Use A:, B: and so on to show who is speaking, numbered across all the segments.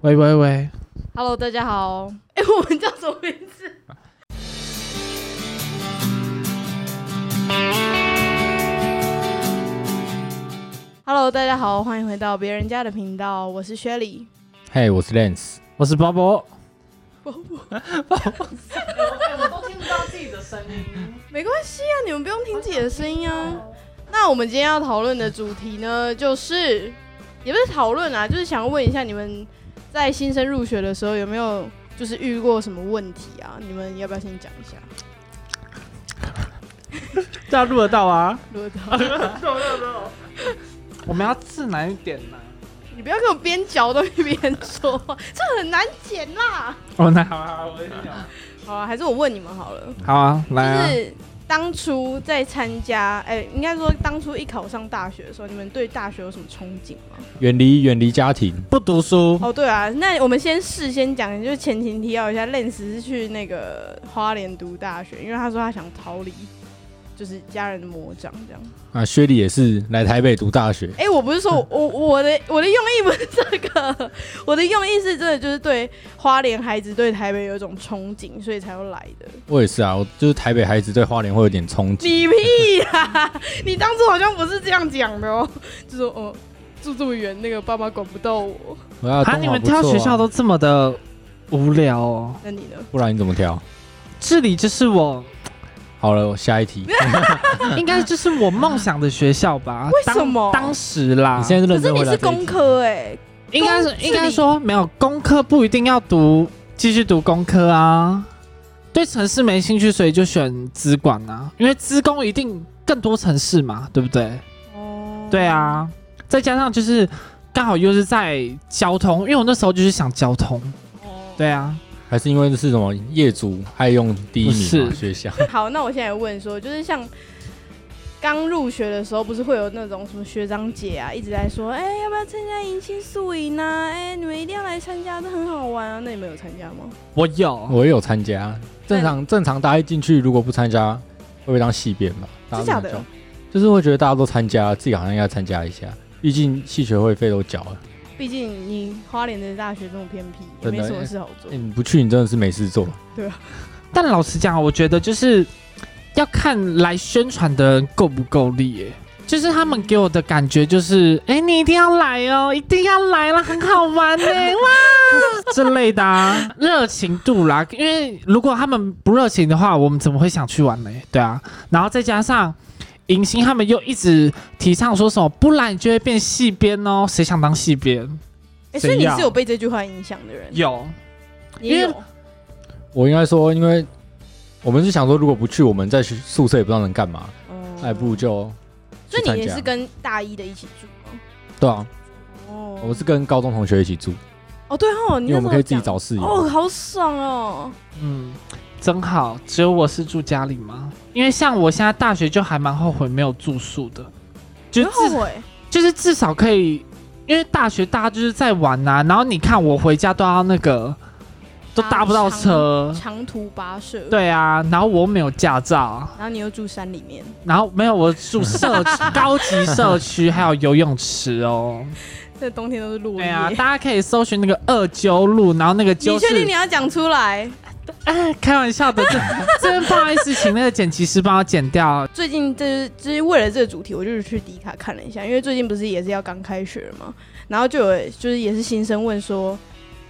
A: 喂喂喂，
B: Hello，大家好。哎、我们叫什么名字？Hello，大家好，欢迎回到别人家的频道，我是薛礼。
C: 嘿、我是 Lance。
A: 我是鲍勃。
B: 没关系啊，你们不用听自己的声音啊。那我们今天要讨论的主题呢，就是也不是讨论啊，就是想问一下你们在新生入学的时候有没有就是遇过什么问题啊？你们要不要先讲一下？
A: 这样录得到啊？
B: 如果
A: 我们要自然一点呢、
B: 你不要给我边嚼东西边说 话，这很难剪啦。
A: 哦，那好啊，我跟你讲。
B: 好啊，还是我问你们好了，
A: 好啊，
B: 就
A: 来啊。
B: 是当初在参加，哎、应该说当初一考上大学的时候，你们对大学有什么憧憬吗？
C: 远离远离家庭，
A: 不读书，
B: 哦，对啊，那我们先事先讲，就是前情提要一下，Lens 是去那个花莲读大学，因为他说他想逃离。就是家人的魔掌这样。
C: 啊，薛礼也是来台北读大学，
B: 哎、我不是说我我我的我的用意不是这个， 我的用意是真的就是对花莲孩子对台北有一种憧憬，所以才会来的。
C: 我也是啊，我就是台北孩子对花莲会有点憧 憬。
B: 你屁啦！ 你当初好像不是这样讲的哦， 就说哦，住这么远，那个爸妈管不到我。
C: 我要、
A: 啊，
C: 东
A: 你
C: 华
A: 们
C: 不错啊
A: 挑学校，都这么的无聊哦。
B: 那你呢？
C: 不然你怎么挑？
A: 这里就是我，
C: 好了，我下一题。你
A: 应该就是我梦想的学校吧？
B: 为
A: 当
B: 什么
A: 当时啦，
C: 现在是
B: 可
C: 认
B: 是
C: 真
B: 你
C: 回答
B: 是
C: 这一
B: 工
C: 题。
B: 科哎、
A: 应该是
B: 公
A: 应该说没有功课不一定要读，继续读工科啊。对城市没兴趣，所以就选资管啊，因为资工一定更多城市嘛，对不对？
B: 哦，
A: 对，啊，再加上就是刚好又是在交通，因为我那时候就是想交通。
B: 哦，
A: 对啊，
C: 还是因为是什么业主爱用第一名嘛
A: 不是
C: 学校？
B: 好，那我现在问说，就是像刚入学的时候，不是会有那种什么学长姐啊，一直在说，哎、要不要参加迎新宿营啊？哎、你们一定要来参加，这很好玩啊。那你们有参加吗？
A: 我有，
C: 我也有参加，正常正常，大家一进去如果不参加，会被当戏编吧？大家
B: 真假
C: 都
B: 的
C: 参加？就是会觉得大家都参加，自己好像应该参加一下，毕竟系学会费都缴了。
B: 毕竟你花莲的大学这么偏僻，也没
C: 真的
B: 什么事好做
C: 欸。你不去，你真的是没事做。
A: 但老实讲，我觉得就是要看来宣传的人够不够力、耶。就是他们给我的感觉就是，哎、你一定要来哦，一定要来啦，很好玩呢、哇之类的、啊，热情度啦。因为如果他们不热情的话，我们怎么会想去玩呢？对啊，然后再加上迎新他们又一直提倡说什么，不然你就会变戏编哦，谁想当戏编？
B: 哎、所以你
A: 谁要
B: 是有被这句话影响的人，
A: 有，
B: 你
A: 因为
B: 有
C: 我应该说，因为我们是想说，如果不去，我们在学宿舍也不知道能干嘛，
B: 哦
C: 那还哎不如就
B: 所
C: 去
B: 以
C: 参
B: 你
C: 加
B: 也是跟大一的一起住吗？
C: 对啊，
B: 哦
C: 我是跟高中同学一起住，
B: 哦对哦，
C: 因
B: 你那
C: 为我
B: 时
C: 们
B: 候
C: 可以自己
B: 讲
C: 找室友。
B: 哦，好爽哦！
A: 嗯，真好，只有我是住家里吗？因为像我现在大学就还蛮后悔没有住宿的，就
B: 很
A: 是
B: 后
A: 至
B: 悔，
A: 就是至少可以，因为大学大家就是在玩呐、然后你看我回家都要那个，都搭不到车，
B: 长途跋涉，，
A: 对啊，然后我没有驾照，
B: 然后你又住山里面，
A: 然后没有我住社区高级社区，还有游泳池哦，
B: 这冬天都是落
A: 对
B: 叶。
A: 啊，大家可以搜寻那个二鸠路，然后那个鸠
B: 你确定
A: 是
B: 你要讲出来？
A: 哎，开玩笑的， 这这边不好意思，请那个剪辑师帮我剪掉，
B: 最近这就是为了这个主题，我就是去迪卡看了一下，因为最近不是也是要刚开学了嘛，然后就有就是也是新生问说，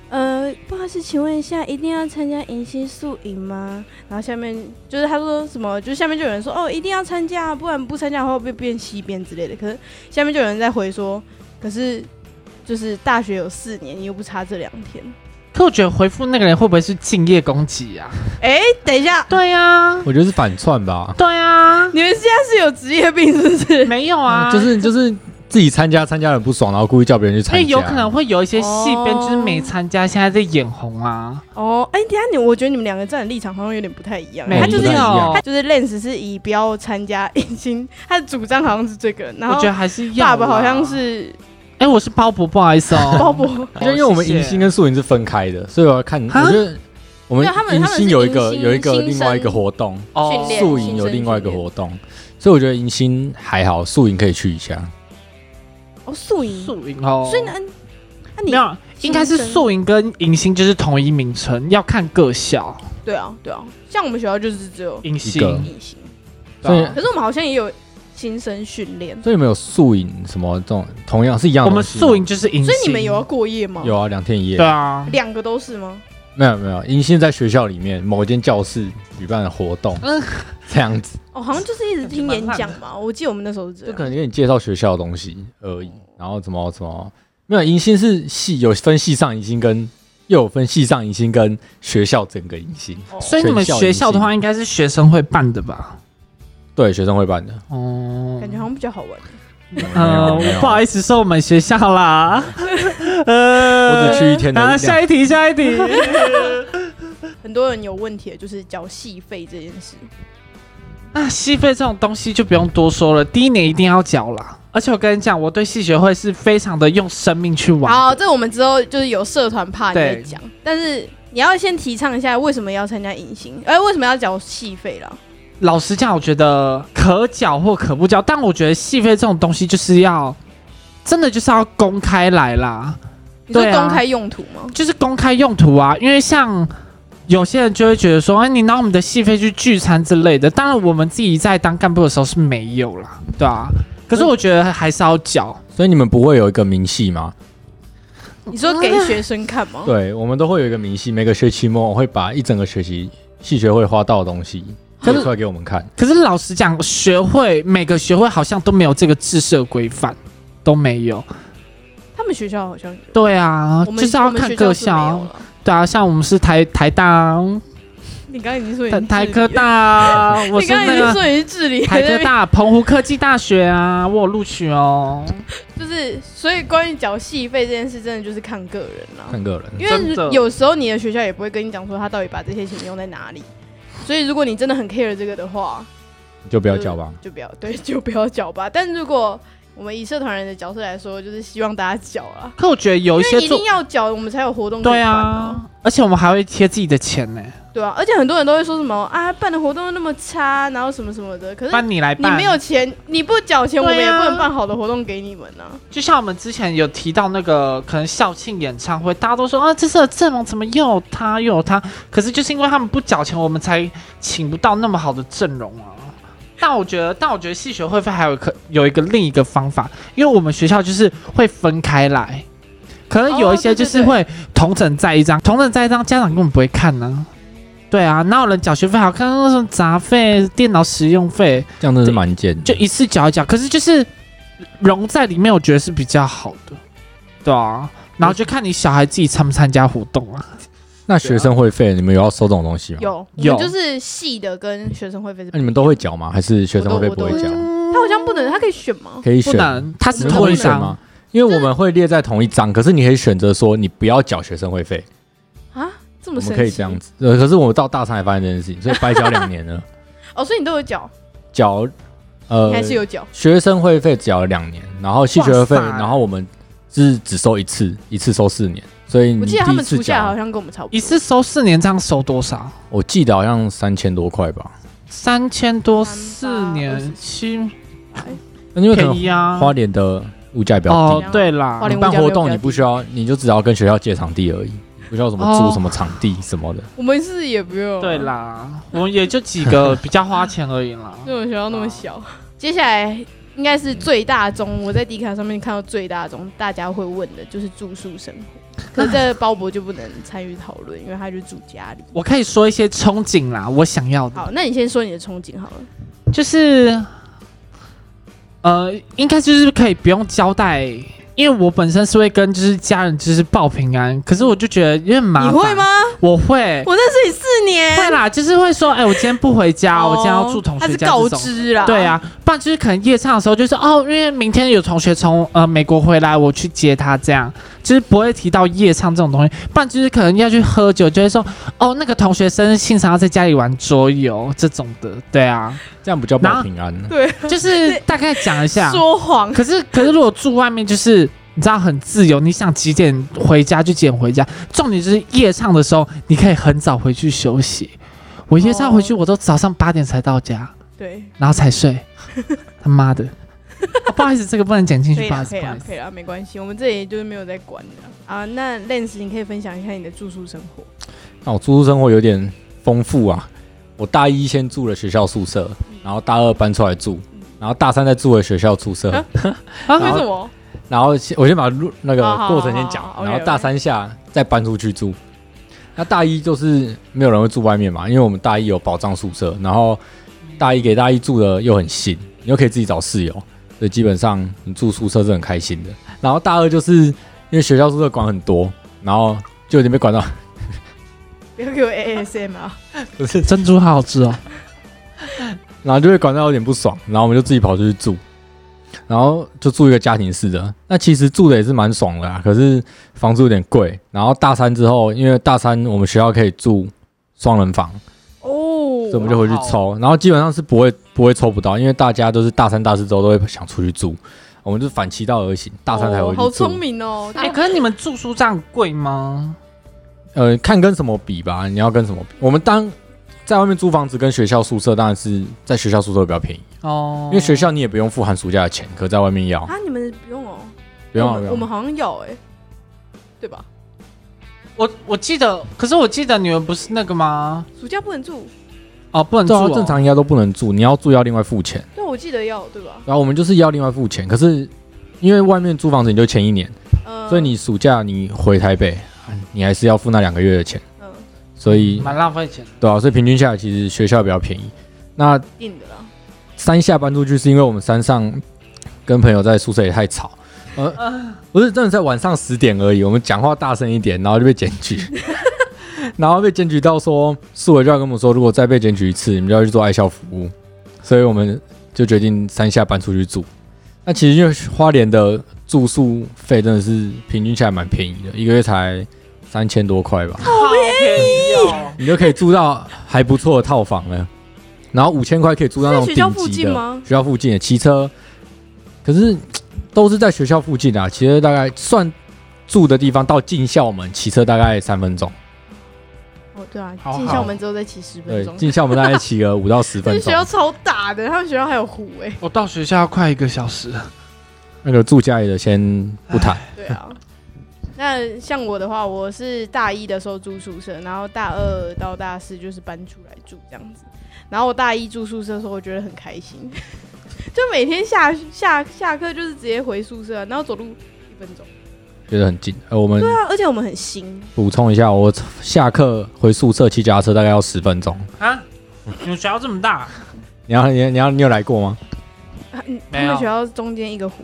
B: 呃，不好意思，请问一下，一定要参加迎新宿营吗？然后下面就是他说什么，就是下面就有人说，哦，一定要参加啊，不然不参加的话会被变西边之类的。可是下面就有人在回说，可是就是大学有四年，你又不差这两天。
A: 可我觉得回复那个人会不会是敬业攻击啊？
B: 哎、等一下，
A: 对呀、啊，
C: 我觉得是反串吧，
A: 对啊，
B: 你们现在是有职业病是不是？
A: 没有啊，
C: 就是就是自己参加参加得很不爽，然后故意叫别人去
A: 因
B: 哎
A: 为
C: 参加。
A: 有可能会有一些戏编
B: 哦
A: 就是没参加，现在在眼红啊。
B: 哦，哎、等一下你，我觉得你们两个站的立场好像有点不太一样。
C: 没
B: 他就是
C: 哦不太一样
B: 他就是 Lens 是以不要参加迎新，他的主张好像是这个，然
A: 我
B: 后
A: 觉得还是要啦。啊
B: 爸爸好 像是
A: 哎，我是鲍勃，不好意思哦，
B: 鲍 勃，
C: 因为因为我们迎新跟宿营是分开的，所以我要看，
A: 哈
C: 我觉得我们
B: 啊对他们
C: 迎
B: 他们是
C: 新有一个
B: 迎新
C: 有一个
B: 新
C: 另外一
B: 生
C: 个活动，
B: 训练
C: 宿营有另外一个活动，所以我觉得迎新还好，宿营可以去一下。
B: 哦，素营，
A: 素营哦，
B: 所以呢，那
A: 没
B: 你
A: 有，应该是
B: 新生
A: 宿营跟迎新就是同一名称，要看各校
B: 对啊对啊，像我们学校就是只有
A: 迎
C: 一个
A: 新。
B: 隐形，
A: 对啊
C: 所
B: 可是我们好像也有新生训练，
C: 所以你们有宿营什么这种同样是一样的
A: 我们
C: 东西吗
A: 宿营就是迎新，
B: 所以你们有要过夜吗？
C: 有啊，两天一夜
A: 对。啊，
B: 两个都是吗？
C: 没有没有，迎新在学校里面某一间教室举办的活动，
A: 嗯
C: 这样子，
B: 哦，好像就是一直听演讲嘛。我记得我们那时候是这
C: 就可
B: 样。
C: 能给你介绍学校的东西而已。嗯然后怎么怎么没有迎新是系有分系上迎新跟又有分系上迎新跟学校整个迎新，
B: 哦
A: 所以你们
C: 全校
A: 学校的
C: 迎新
A: 话，应该是学生会办的吧？
C: 对学生会办的。
A: 哦，
B: 感觉好像比较好玩。
A: 呃，我不好
C: 意
A: 意思说我们学校啦， 呃，
C: 我只去一天的
A: 啊，
C: 量
A: 下一题，下一题。
B: 很多人有问题的就是缴戏费这件事，
A: 那啊戏费这种东西就不用多说了，第一年一定要缴啦。而且我跟你讲，我对戏学会是非常的用生命去玩。
B: 好，这我们之后就是有社团怕你
A: 对
B: 会讲，但是你要先提倡一下为什么要参加迎新，哎、为什么要缴戏费啦？
A: 老实讲，我觉得可缴或可不缴，但我觉得戏费这种东西就是要真的就是要公开来啦，
B: 你说
A: 对啊
B: 公开用途吗？
A: 就是公开用途啊。因为像有些人就会觉得说，哎，你拿我们的戏费去聚餐之类的。当然，我们自己在当干部的时候是没有啦，对啊。可是我觉得还是要缴。
C: 思。所以你们不会有一个明细吗？
A: 哦
B: 你说给学生看 吗？
C: 对，我们都会有一个明细，每个学期末我会把一整个学期系学会花到的东西
A: 可
C: 写
A: 是
C: 出来给我们看。
A: 可是老实讲，学会每个学会好像都没有这个制社规范，都没有。
B: 他们哦学校好像有，
A: 对啊
B: 我，们
A: 就是要
B: 我们
A: 看
B: 学
A: 各
B: 校是
A: 校
B: 没有
A: 啊。
B: 了。
A: 对啊，像我们是台台大、啊
B: 你刚刚已经说你
A: 台台
B: 是治理
A: 科
B: 了，
A: 大，啊我
B: 你
A: 是
B: 刚刚
A: 那
B: 已经
A: 个
B: 说你是治理，
A: 台科大、澎湖科技大学啊，我有录取哦。
B: 就是所以关于缴戏费这件事，真的就是看个人啦、
C: 看个人，
B: 因
A: 真的
B: 为有时候你的学校也不会跟你讲说他到底把这些钱用在哪里，所以如果你真的很 care 这个的话，
C: 你就不要交吧。
B: 就不要对， 就不要缴吧。但如果我们以社团人的角色来说，就是希望大家缴啊，
A: 可我觉得哦有一
B: 因
A: 些
B: 为一
A: 做
B: 定要缴，我们才有活动可以
A: 对
B: 办
A: 啊，而且我们还会贴自己的钱呢，
B: 对啊，而且很多人都会说什么啊，办的活动那么差，然后什么什么的，可是
A: 帮嗯你来
B: 你
A: 办。
B: 没有钱，你不缴
A: 对
B: 钱，
A: 啊
B: 我们也不能办好的活动给你们啊呐、
A: 就像我们之前有提到那个可能校庆演唱会，大家都说啊，这次的阵容怎么又有他又有他，可是就是因为他们不缴钱，我们才请不到那么好的阵容啊。但我觉得，但我觉得系学会费还有一个有一个另一个方法，因为我们学校就是会分开来，可能有一些
B: 哦对
A: 就是会同整在一张，同整在一张，家长根本不会看呢、对啊，哪有人缴学费好看？那什么杂费、电脑使用费，
C: 这样真的是蛮贱的，
A: 就一次搅一搅，可是就是融在里面，我觉得是比较好的，对啊。然后就看你小孩自己参不参加活动啊。
C: 那学生会费，你们有要收这种东西吗？
B: 有，我
A: 有
B: 们就是系的跟学生会费是
C: 那、你们都会缴吗？还是学生会费
B: 我
C: 不
B: 都
C: 会缴？
B: 他好像不能，他可以选吗？
C: 可以
A: 不
C: 选，
A: 能，他
C: 啊你
A: 是
C: 们
A: 同
C: 会
A: 一
C: 选
A: 张
C: 吗，？因为我们会列在同一张，可是你可以选择说你不要缴学生会费，
B: 啊，这
C: 我
B: 么神
C: 们
B: 奇？
C: 可以这样子。呃，可是我到大三才发现这件事情，所以白缴两 年了，
B: 哦，所以你都有缴，
C: 缴呃
B: 你还是有缴，
C: 学生会费缴了两年，然后系学会费，
A: 哇塞
C: 然后我们是只收一次，一次收四年，所以
B: 我
C: 你第
B: 记得他
C: 一
B: 们
C: 次
B: 除下来好
C: 缴，
B: 像跟我们差不多。
A: 一次收四年，这样收多少？
C: 我记得好像三千多块吧，
A: 三千多，
B: 三八
A: 四
B: 二十
A: 年七
C: 那因为可
A: 便
C: 能
A: 宜啊。
C: 花莲的物价比较
A: 哦
C: 低，，
A: 对啦
B: 花，莲
C: 你办活动你不需要，你就只要跟学校借场地而已，不需要什么
A: 哦
C: 租什么场地什么的。
B: 我们是也不用、
A: 对，啦，我们也就几个比较花钱而已啦。
B: 因为我们学校那么小。接下来应该是最大宗，我在迪卡上面看到最大宗，大家会问的就是住宿生活。可是这鲍勃就不能参与讨论，因为他就住家里。
A: 我可以说一些憧憬啦，我想要的。
B: 好，那你先说你的憧憬好了。
A: 就是，呃，应该就是可以不用交代，因为我本身是会跟就是家人就是报平安，可是我就觉得有点麻
B: 你
A: 烦。
B: 会？吗？
A: 我会，
B: 我认识你四年，
A: 会啦，就是会说，哎、我今天不回家，
B: 哦
A: 啊我今天要住同
B: 他
A: 学
B: 是
A: 家
B: 告
A: 这种。
B: 知啦。
A: 对，啊，不然就是可能夜唱的时候，就是哦，因为明天有同学从呃美国回来，我去接他，这样就是不会提到夜唱这种东西。不然就是可能要去喝酒，就会说哦，那个同学生日庆常要在家里玩桌游这种的，对啊，
C: 这样不叫报
A: 那
C: 平安。
B: 对，
A: 就是大概讲一下。
B: 说谎。
A: 可是可是如果住外面，就是你知道很自由，你想几点回家就几点回家。重点就是夜唱的时候，你可以很早回去休息。我夜唱回去，
B: 哦
A: 我都早上八点才到家，
B: 对，
A: 然后才睡。他妈的，啊不好意思，这个不能剪进
B: 可
A: 去，
B: 以
A: 不好意，
B: 啦
A: 思，
B: 可以
A: 不好
B: 啦
A: 意，思
B: 可以。啦，没关系，我们这里就是没有在管的啊。那 Lens，你可以分享一下你的住宿生活。
C: 那我住宿生活有点丰富啊。我大一先住了学校宿舍，然后大二搬出来住，然后大三再住回学校宿舍，
B: 啊
A: 啊
B: 为什么？
C: 然后先我先把路那个
B: 好好
C: 过程先讲
B: 好好，好
C: 然后
B: OK，OK
C: 大三下再搬出去住。那大一就是没有人会住外面嘛，因为我们大一有保障宿舍，然后大一给大一住的又很新，你又可以自己找室友，所以基本上你住宿舍是很开心的。然后大二就是因为学校宿舍管很多，然后就有点被管到，
B: 不要给我 ASM 啊！
C: 不是
A: 珍珠好好吃哦，
C: 然后就会管到有点不爽，然后我们就自己跑出去住，然后就住一个家庭式的。那其实住的也是蛮爽的啦，啊可是房租有点贵。然后大三之后，因为大三我们学校可以住双人房，
B: 哦
C: 所以我们就回去抽。然后基本上是不会不会抽不到，因为大家都是大三大四之后都会想出去住，我们就反其道而行，大三才回去住。
B: 好聪明哦！
A: 哎，可是你们住宿这样贵吗？
C: 呃，看跟什么比吧，你要跟什么比？我们当在外面租房子跟学校宿舍，当然是在学校宿舍比较便宜，
A: 哦，
C: 因为学校你也不用付寒暑假的钱，可在外面要。
B: 啊，你们不用哦，
C: 不用
B: 我
C: 啊不
B: 们
C: 用啊
B: 我们好像要哎，对吧？
A: 我我记得，可是我记得你们不是那个吗？
B: 暑假不能住，
A: 哦，不能住
C: 对啊
A: 哦，，
C: 正常应该都不能住，你要住要另外付钱。
B: 对，我记得要对吧？
C: 然后我们就是要另外付钱，可是因为外面租房子你就签一年，
B: 嗯，
C: 所以你暑假你回台北，哎你还是要付那两个月的钱，
B: 嗯
C: 所以
A: 蛮浪费钱的。
C: 对啊，所以平均下来其实学校比较便宜。那
B: 定的啦，
C: 山下搬出去是因为我们山上跟朋友在宿舍也太吵，呃，不是真的在晚上十点而已，我们讲话大声一点，然后就被检举， 然后被检举到说宿委就要跟我们说，如果再被检举一次，你们就要去做爱校服务，所以我们就决定山下搬出去住。那其实因为花莲的住宿费真的是平均下来蛮便宜的，一个月才三千多块吧。
A: 好便宜哦！
C: 你就可以住到还不错的套房了。然后五千块可以住到那种
B: 是
C: 顶
B: 学校附
C: 级
B: 近
C: 的，
B: 吗
C: 学校附近的骑车，可是都是在学校附近啊。骑车大概算住的地方到进校门，骑车大概三分钟。
B: 哦对啊，
A: 好好
B: 进校门之后再骑十分
C: 对，
B: 钟。
C: 进校门大概骑个五到 十
B: 这
C: 分
B: 学
C: 钟。
B: 校超大的，他们学校还有湖哎、
A: 我到学校要快一个小时了。
C: 那个住家里的先不谈，
B: 对 啊。那像我的话，我是大一的时候住宿舍，然后大二到大四就是搬出来住这样子。然后我大一住宿舍的时候，我觉得很开心， 就每天下下下课就是直接回宿舍，然后走路一分钟。
C: 觉得很近。呃，我们
B: 对啊，而且我们很新，
C: 补充一下，我下课回宿舍骑脚踏车大概要十分钟。
A: 啊，你们学校这么大？
C: 你要你你要你有来 过吗？
B: 啊嗯他
A: 没有
B: 们学校中间一个湖，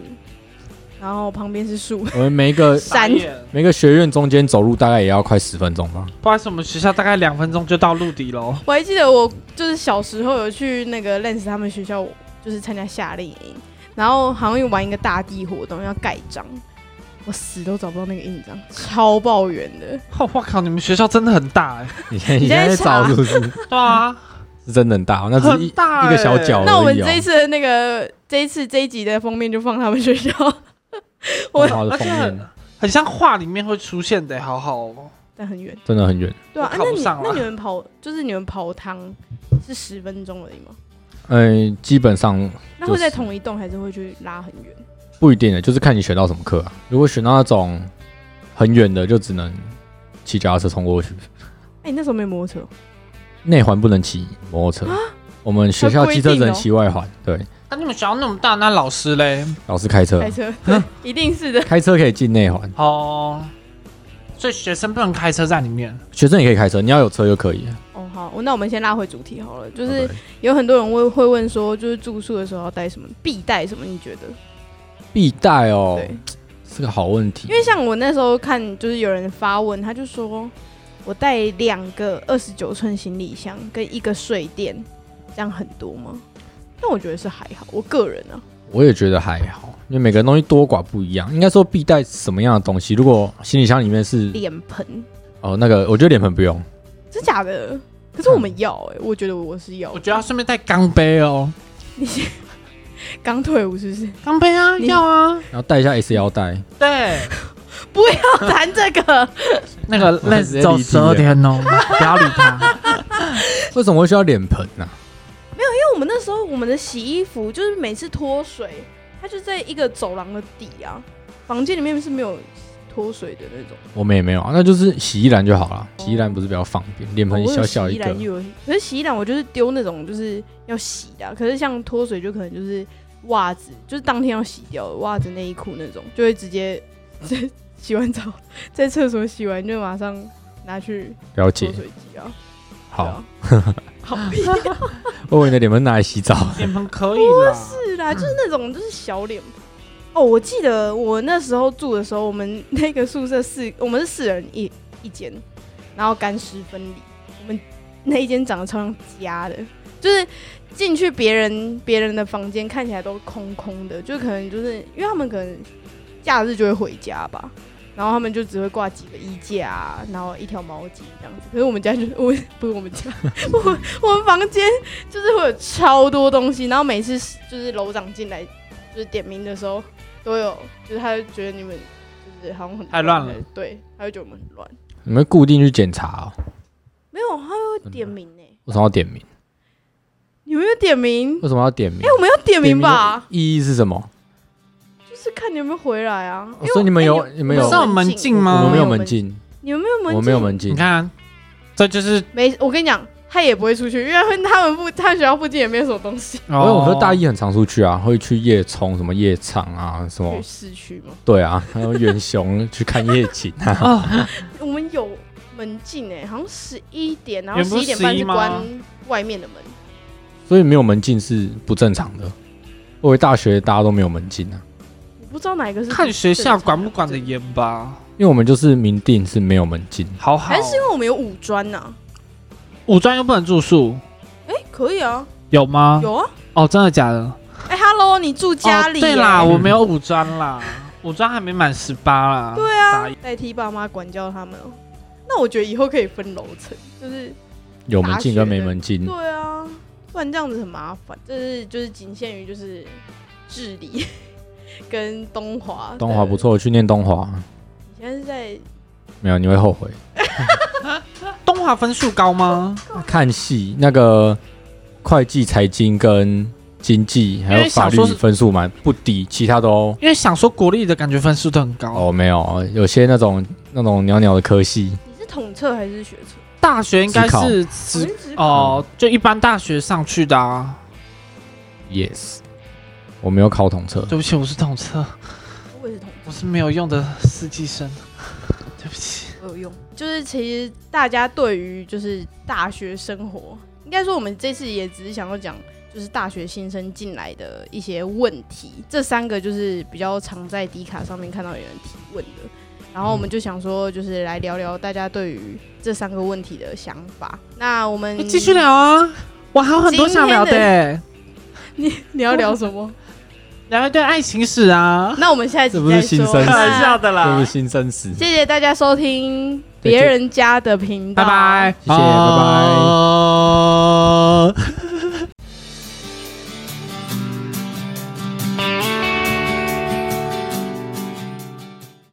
B: 然后旁边是树
C: 我们每一个
A: 傻
B: 山。
A: 眼
C: 每个学院中间走路大概也要快十分钟 吧。
A: 不好意思，我们学校大概两分钟就到陆地喽。
B: 我还记得我就是小时候有去那个 Lens 他们学校，就是参加夏令营，然后好像有玩一个大地活动要盖章，我死都找不到那个印章，超抱怨的。
A: 哦我靠，你们学校真的很大哎、
C: 你现在
B: 你
C: 你现
B: 在
C: 在在找
B: 查
C: 是不是？
A: 对啊，
C: 是真的很大哦，那只是
A: 很
C: 一
A: 大欸
C: 一个小角而已哦。
B: 那我们这一次的那个这一次这一集的封面就放他们学校， 我
C: 很好的
A: 而
C: 封
A: 且很
C: 面
A: 很像画里面会出现的、好好哦。
B: 但很远。
C: 真的很远。
B: 对啊，
A: 我
B: 啊
A: 考
B: 那
A: 不
B: 你
A: 上了
B: 那你们跑就是你们跑汤是十分钟而已吗？
C: 嗯，基本上
B: 那会在
C: 就是
B: 同一栋还是会去拉很远？
C: 不一定的，就是看你选到什么课啊。如果选到那种很远的，就只能骑脚踏车冲过去，
B: 哎、你那时候没有摩托车哦，
C: 内环不能骑摩托车。我们学校机车只
B: 啊还规定
C: 能
B: 哦
C: 骑外环，对，
A: 那、啊你们学校那么大，那老师嘞？
C: 老师开车
B: 开， 车，对，啊一定是的。
C: 开车可以进内环，
A: 哦，所以学生不能开车在里面。
C: 学生也可以开车，你要有车就可以了。
B: 哦，好，那我们先拉回主题好了，就
C: 就是
B: 有很多人会会问说，就是住宿的时候要带什么，必带什么？你觉得？
C: 必带哦
B: 对，，
C: 是个好问题
B: 因。为像我那时候看，就是有人发问，他就说我带两个二十九寸行李箱跟一个睡垫，这样很多吗？但我觉得是还好，我个人啊，
C: 我也觉得还好，因为每个人东西多寡不一样。应该说必带什么样的东西？如果行李箱里面是
B: 脸盆，
C: 哦，那个我觉得脸盆不用，
B: 真假的？可是我们要哎、我觉得我是要
A: 我觉得要顺便带钢杯哦，
B: 刚退伍是不是？
A: 钢杯啊，
B: 你
A: 要啊，
C: 然后带一下 S 腰带。
A: 对，
B: 要谈这个，
A: 那个
C: 我们
A: lens
C: 直接
A: 只有
C: 离
A: 十
C: 题
A: 二
C: 了
A: 天 哦，不要理他。
C: 为什么会需要脸盆呢、
B: 因为我们那时候我们的洗衣服就是每次脱水，它就在一个走廊的底啊，房间里面是没有脱水的那种。
C: 我们也没有啊，那就是洗衣篮就好了。洗衣篮不是比较方便，脸盆
B: 哦我
C: 小
B: 有
C: 小
B: 洗
C: 一
B: 衣
C: 个，
B: 篮又有，可是洗衣篮我就是丢那种就是要洗的啊、可是像脱水就可能就是袜子，就是当天要洗掉的袜子、内衣裤那种，就会直接 在洗完澡 在厕所洗完就马上拿去
C: 了
B: 脱
C: 解。
B: 水机啊。对
C: 好
B: 啊，，好屁
C: 我以为你的脸盆拿来洗澡，
A: 脸盆可以啊啦，
B: 是啦，就是那种就是小脸。哦，我记得我那时候住的时候，我们那个宿舍四，我们是四人一一间，然后干湿分离。我们那一间长得超像家的，就是进去别人别人的房间看起来都空空的，就可能就是因为他们可能假日就会回家吧，然后他们就只会挂几个衣架、啊，然后一条毛巾这样子。可是我们家就 我不是我们家， 我我们房间就是会有超多东西，然后每次就是楼长进来就是点名的时候，都有就是他就觉得你们就是好像很
A: 太乱了，
B: 对，他就觉得我们很乱。
C: 你们固定去检查哦。
B: 没有，他会点名呢、
C: 为什么要点名？
B: 你们有点名？哎
C: 为什么要点名？
B: 我们要点名吧？
C: 意义是什么？
B: 就是看你有没有回来啊。因为
C: 哦所以你们有你们有
A: 不是有门禁吗
C: 我
A: 啊
C: 们没有门
B: 门，
C: 禁，
B: 你们没有门
C: 我
B: 禁，
C: 们没有门禁
A: 你。看，这就是
B: 没，我跟你讲，他也不会出去，因为他们附他们学校附近也没有什么东西。
C: 因为我
A: 说
C: 说大一很常出去啊，会去夜冲、什么夜场啊，什么
B: 去市区吗？
C: 对啊，还有远雄 去看夜景啊。
B: 我们有门禁哎、好像十一点，然后
A: 原
B: 十
A: 本
B: 一点半
A: 11
B: 是
A: 吗
B: 关外面的门。
C: 所以没有门禁是不正常的。我以为大学大家都没有门禁啊，
B: 我不知道哪一个是
A: 看学校管不管得
B: 的，
A: 严吧。
C: 因为我们就是明定是没有门禁。
A: 好好
B: 还，是因为我们有五专呐、啊？
A: 五专又不能住宿，
B: 哎、可以啊，
A: 有吗？
B: 有啊。
A: 哦，真的假的？
B: 哎、h e l l o 你住家里、
A: 哦
B: 啊
A: 对啦，，我没有五专啦，五专还没满十八啦。
B: 对
A: 啊，
B: 代替爸妈管教他们哦。那我觉得以后可以分楼层，就是
C: 有门禁跟没门禁，
B: 对啊，不然这样子很麻烦。这是就是仅限于就是治理 跟东华。
C: 东华不。错，去念东华
B: 你现在是在
C: 没有你会后悔。
A: 东华分数高吗？
C: 看戏那个会计、财经跟经济还
A: 因
C: 有
A: 为
C: 法
A: 想
C: 律
A: 说是
C: 分数蛮不低，其他都
A: 因为想说国立的感觉分数都很高。
C: 哦没有，有些那种那种袅袅的科系，
B: 你是统测还是学测？
A: 大学应该是
B: 我
A: 只
B: 是职
A: 哦，就一般大学上去的啊。
C: Yes，我没有考统测，
A: 对不起，我是统测，
B: 我也是统
A: 我是没有用的司机生。对不起，
B: 测有用。就是其实大家对于就是大学生活，应该说我们这次也只是想要讲。就是大学新生进来的一些问题，这三个就是比较常在迪卡上面看到有人提问的。然后我们就想说，就是来聊聊大家对于这三个问题的想 法。那我们
A: 哎继续，聊啊，我还有很多想聊的
B: 今
A: 欸，
B: 你要聊什么？
A: 聊一段爱情史啊。
B: 那我们下一集
C: 这不是
B: 再说
C: 新生
A: 开玩笑
B: 那
A: 的
C: 这
A: 啦
C: 是，新生死。
B: 谢谢大家收听
C: 再
B: 别
C: 见
B: 人家的频道，
A: 拜拜，
C: 谢谢拜拜
A: 拜。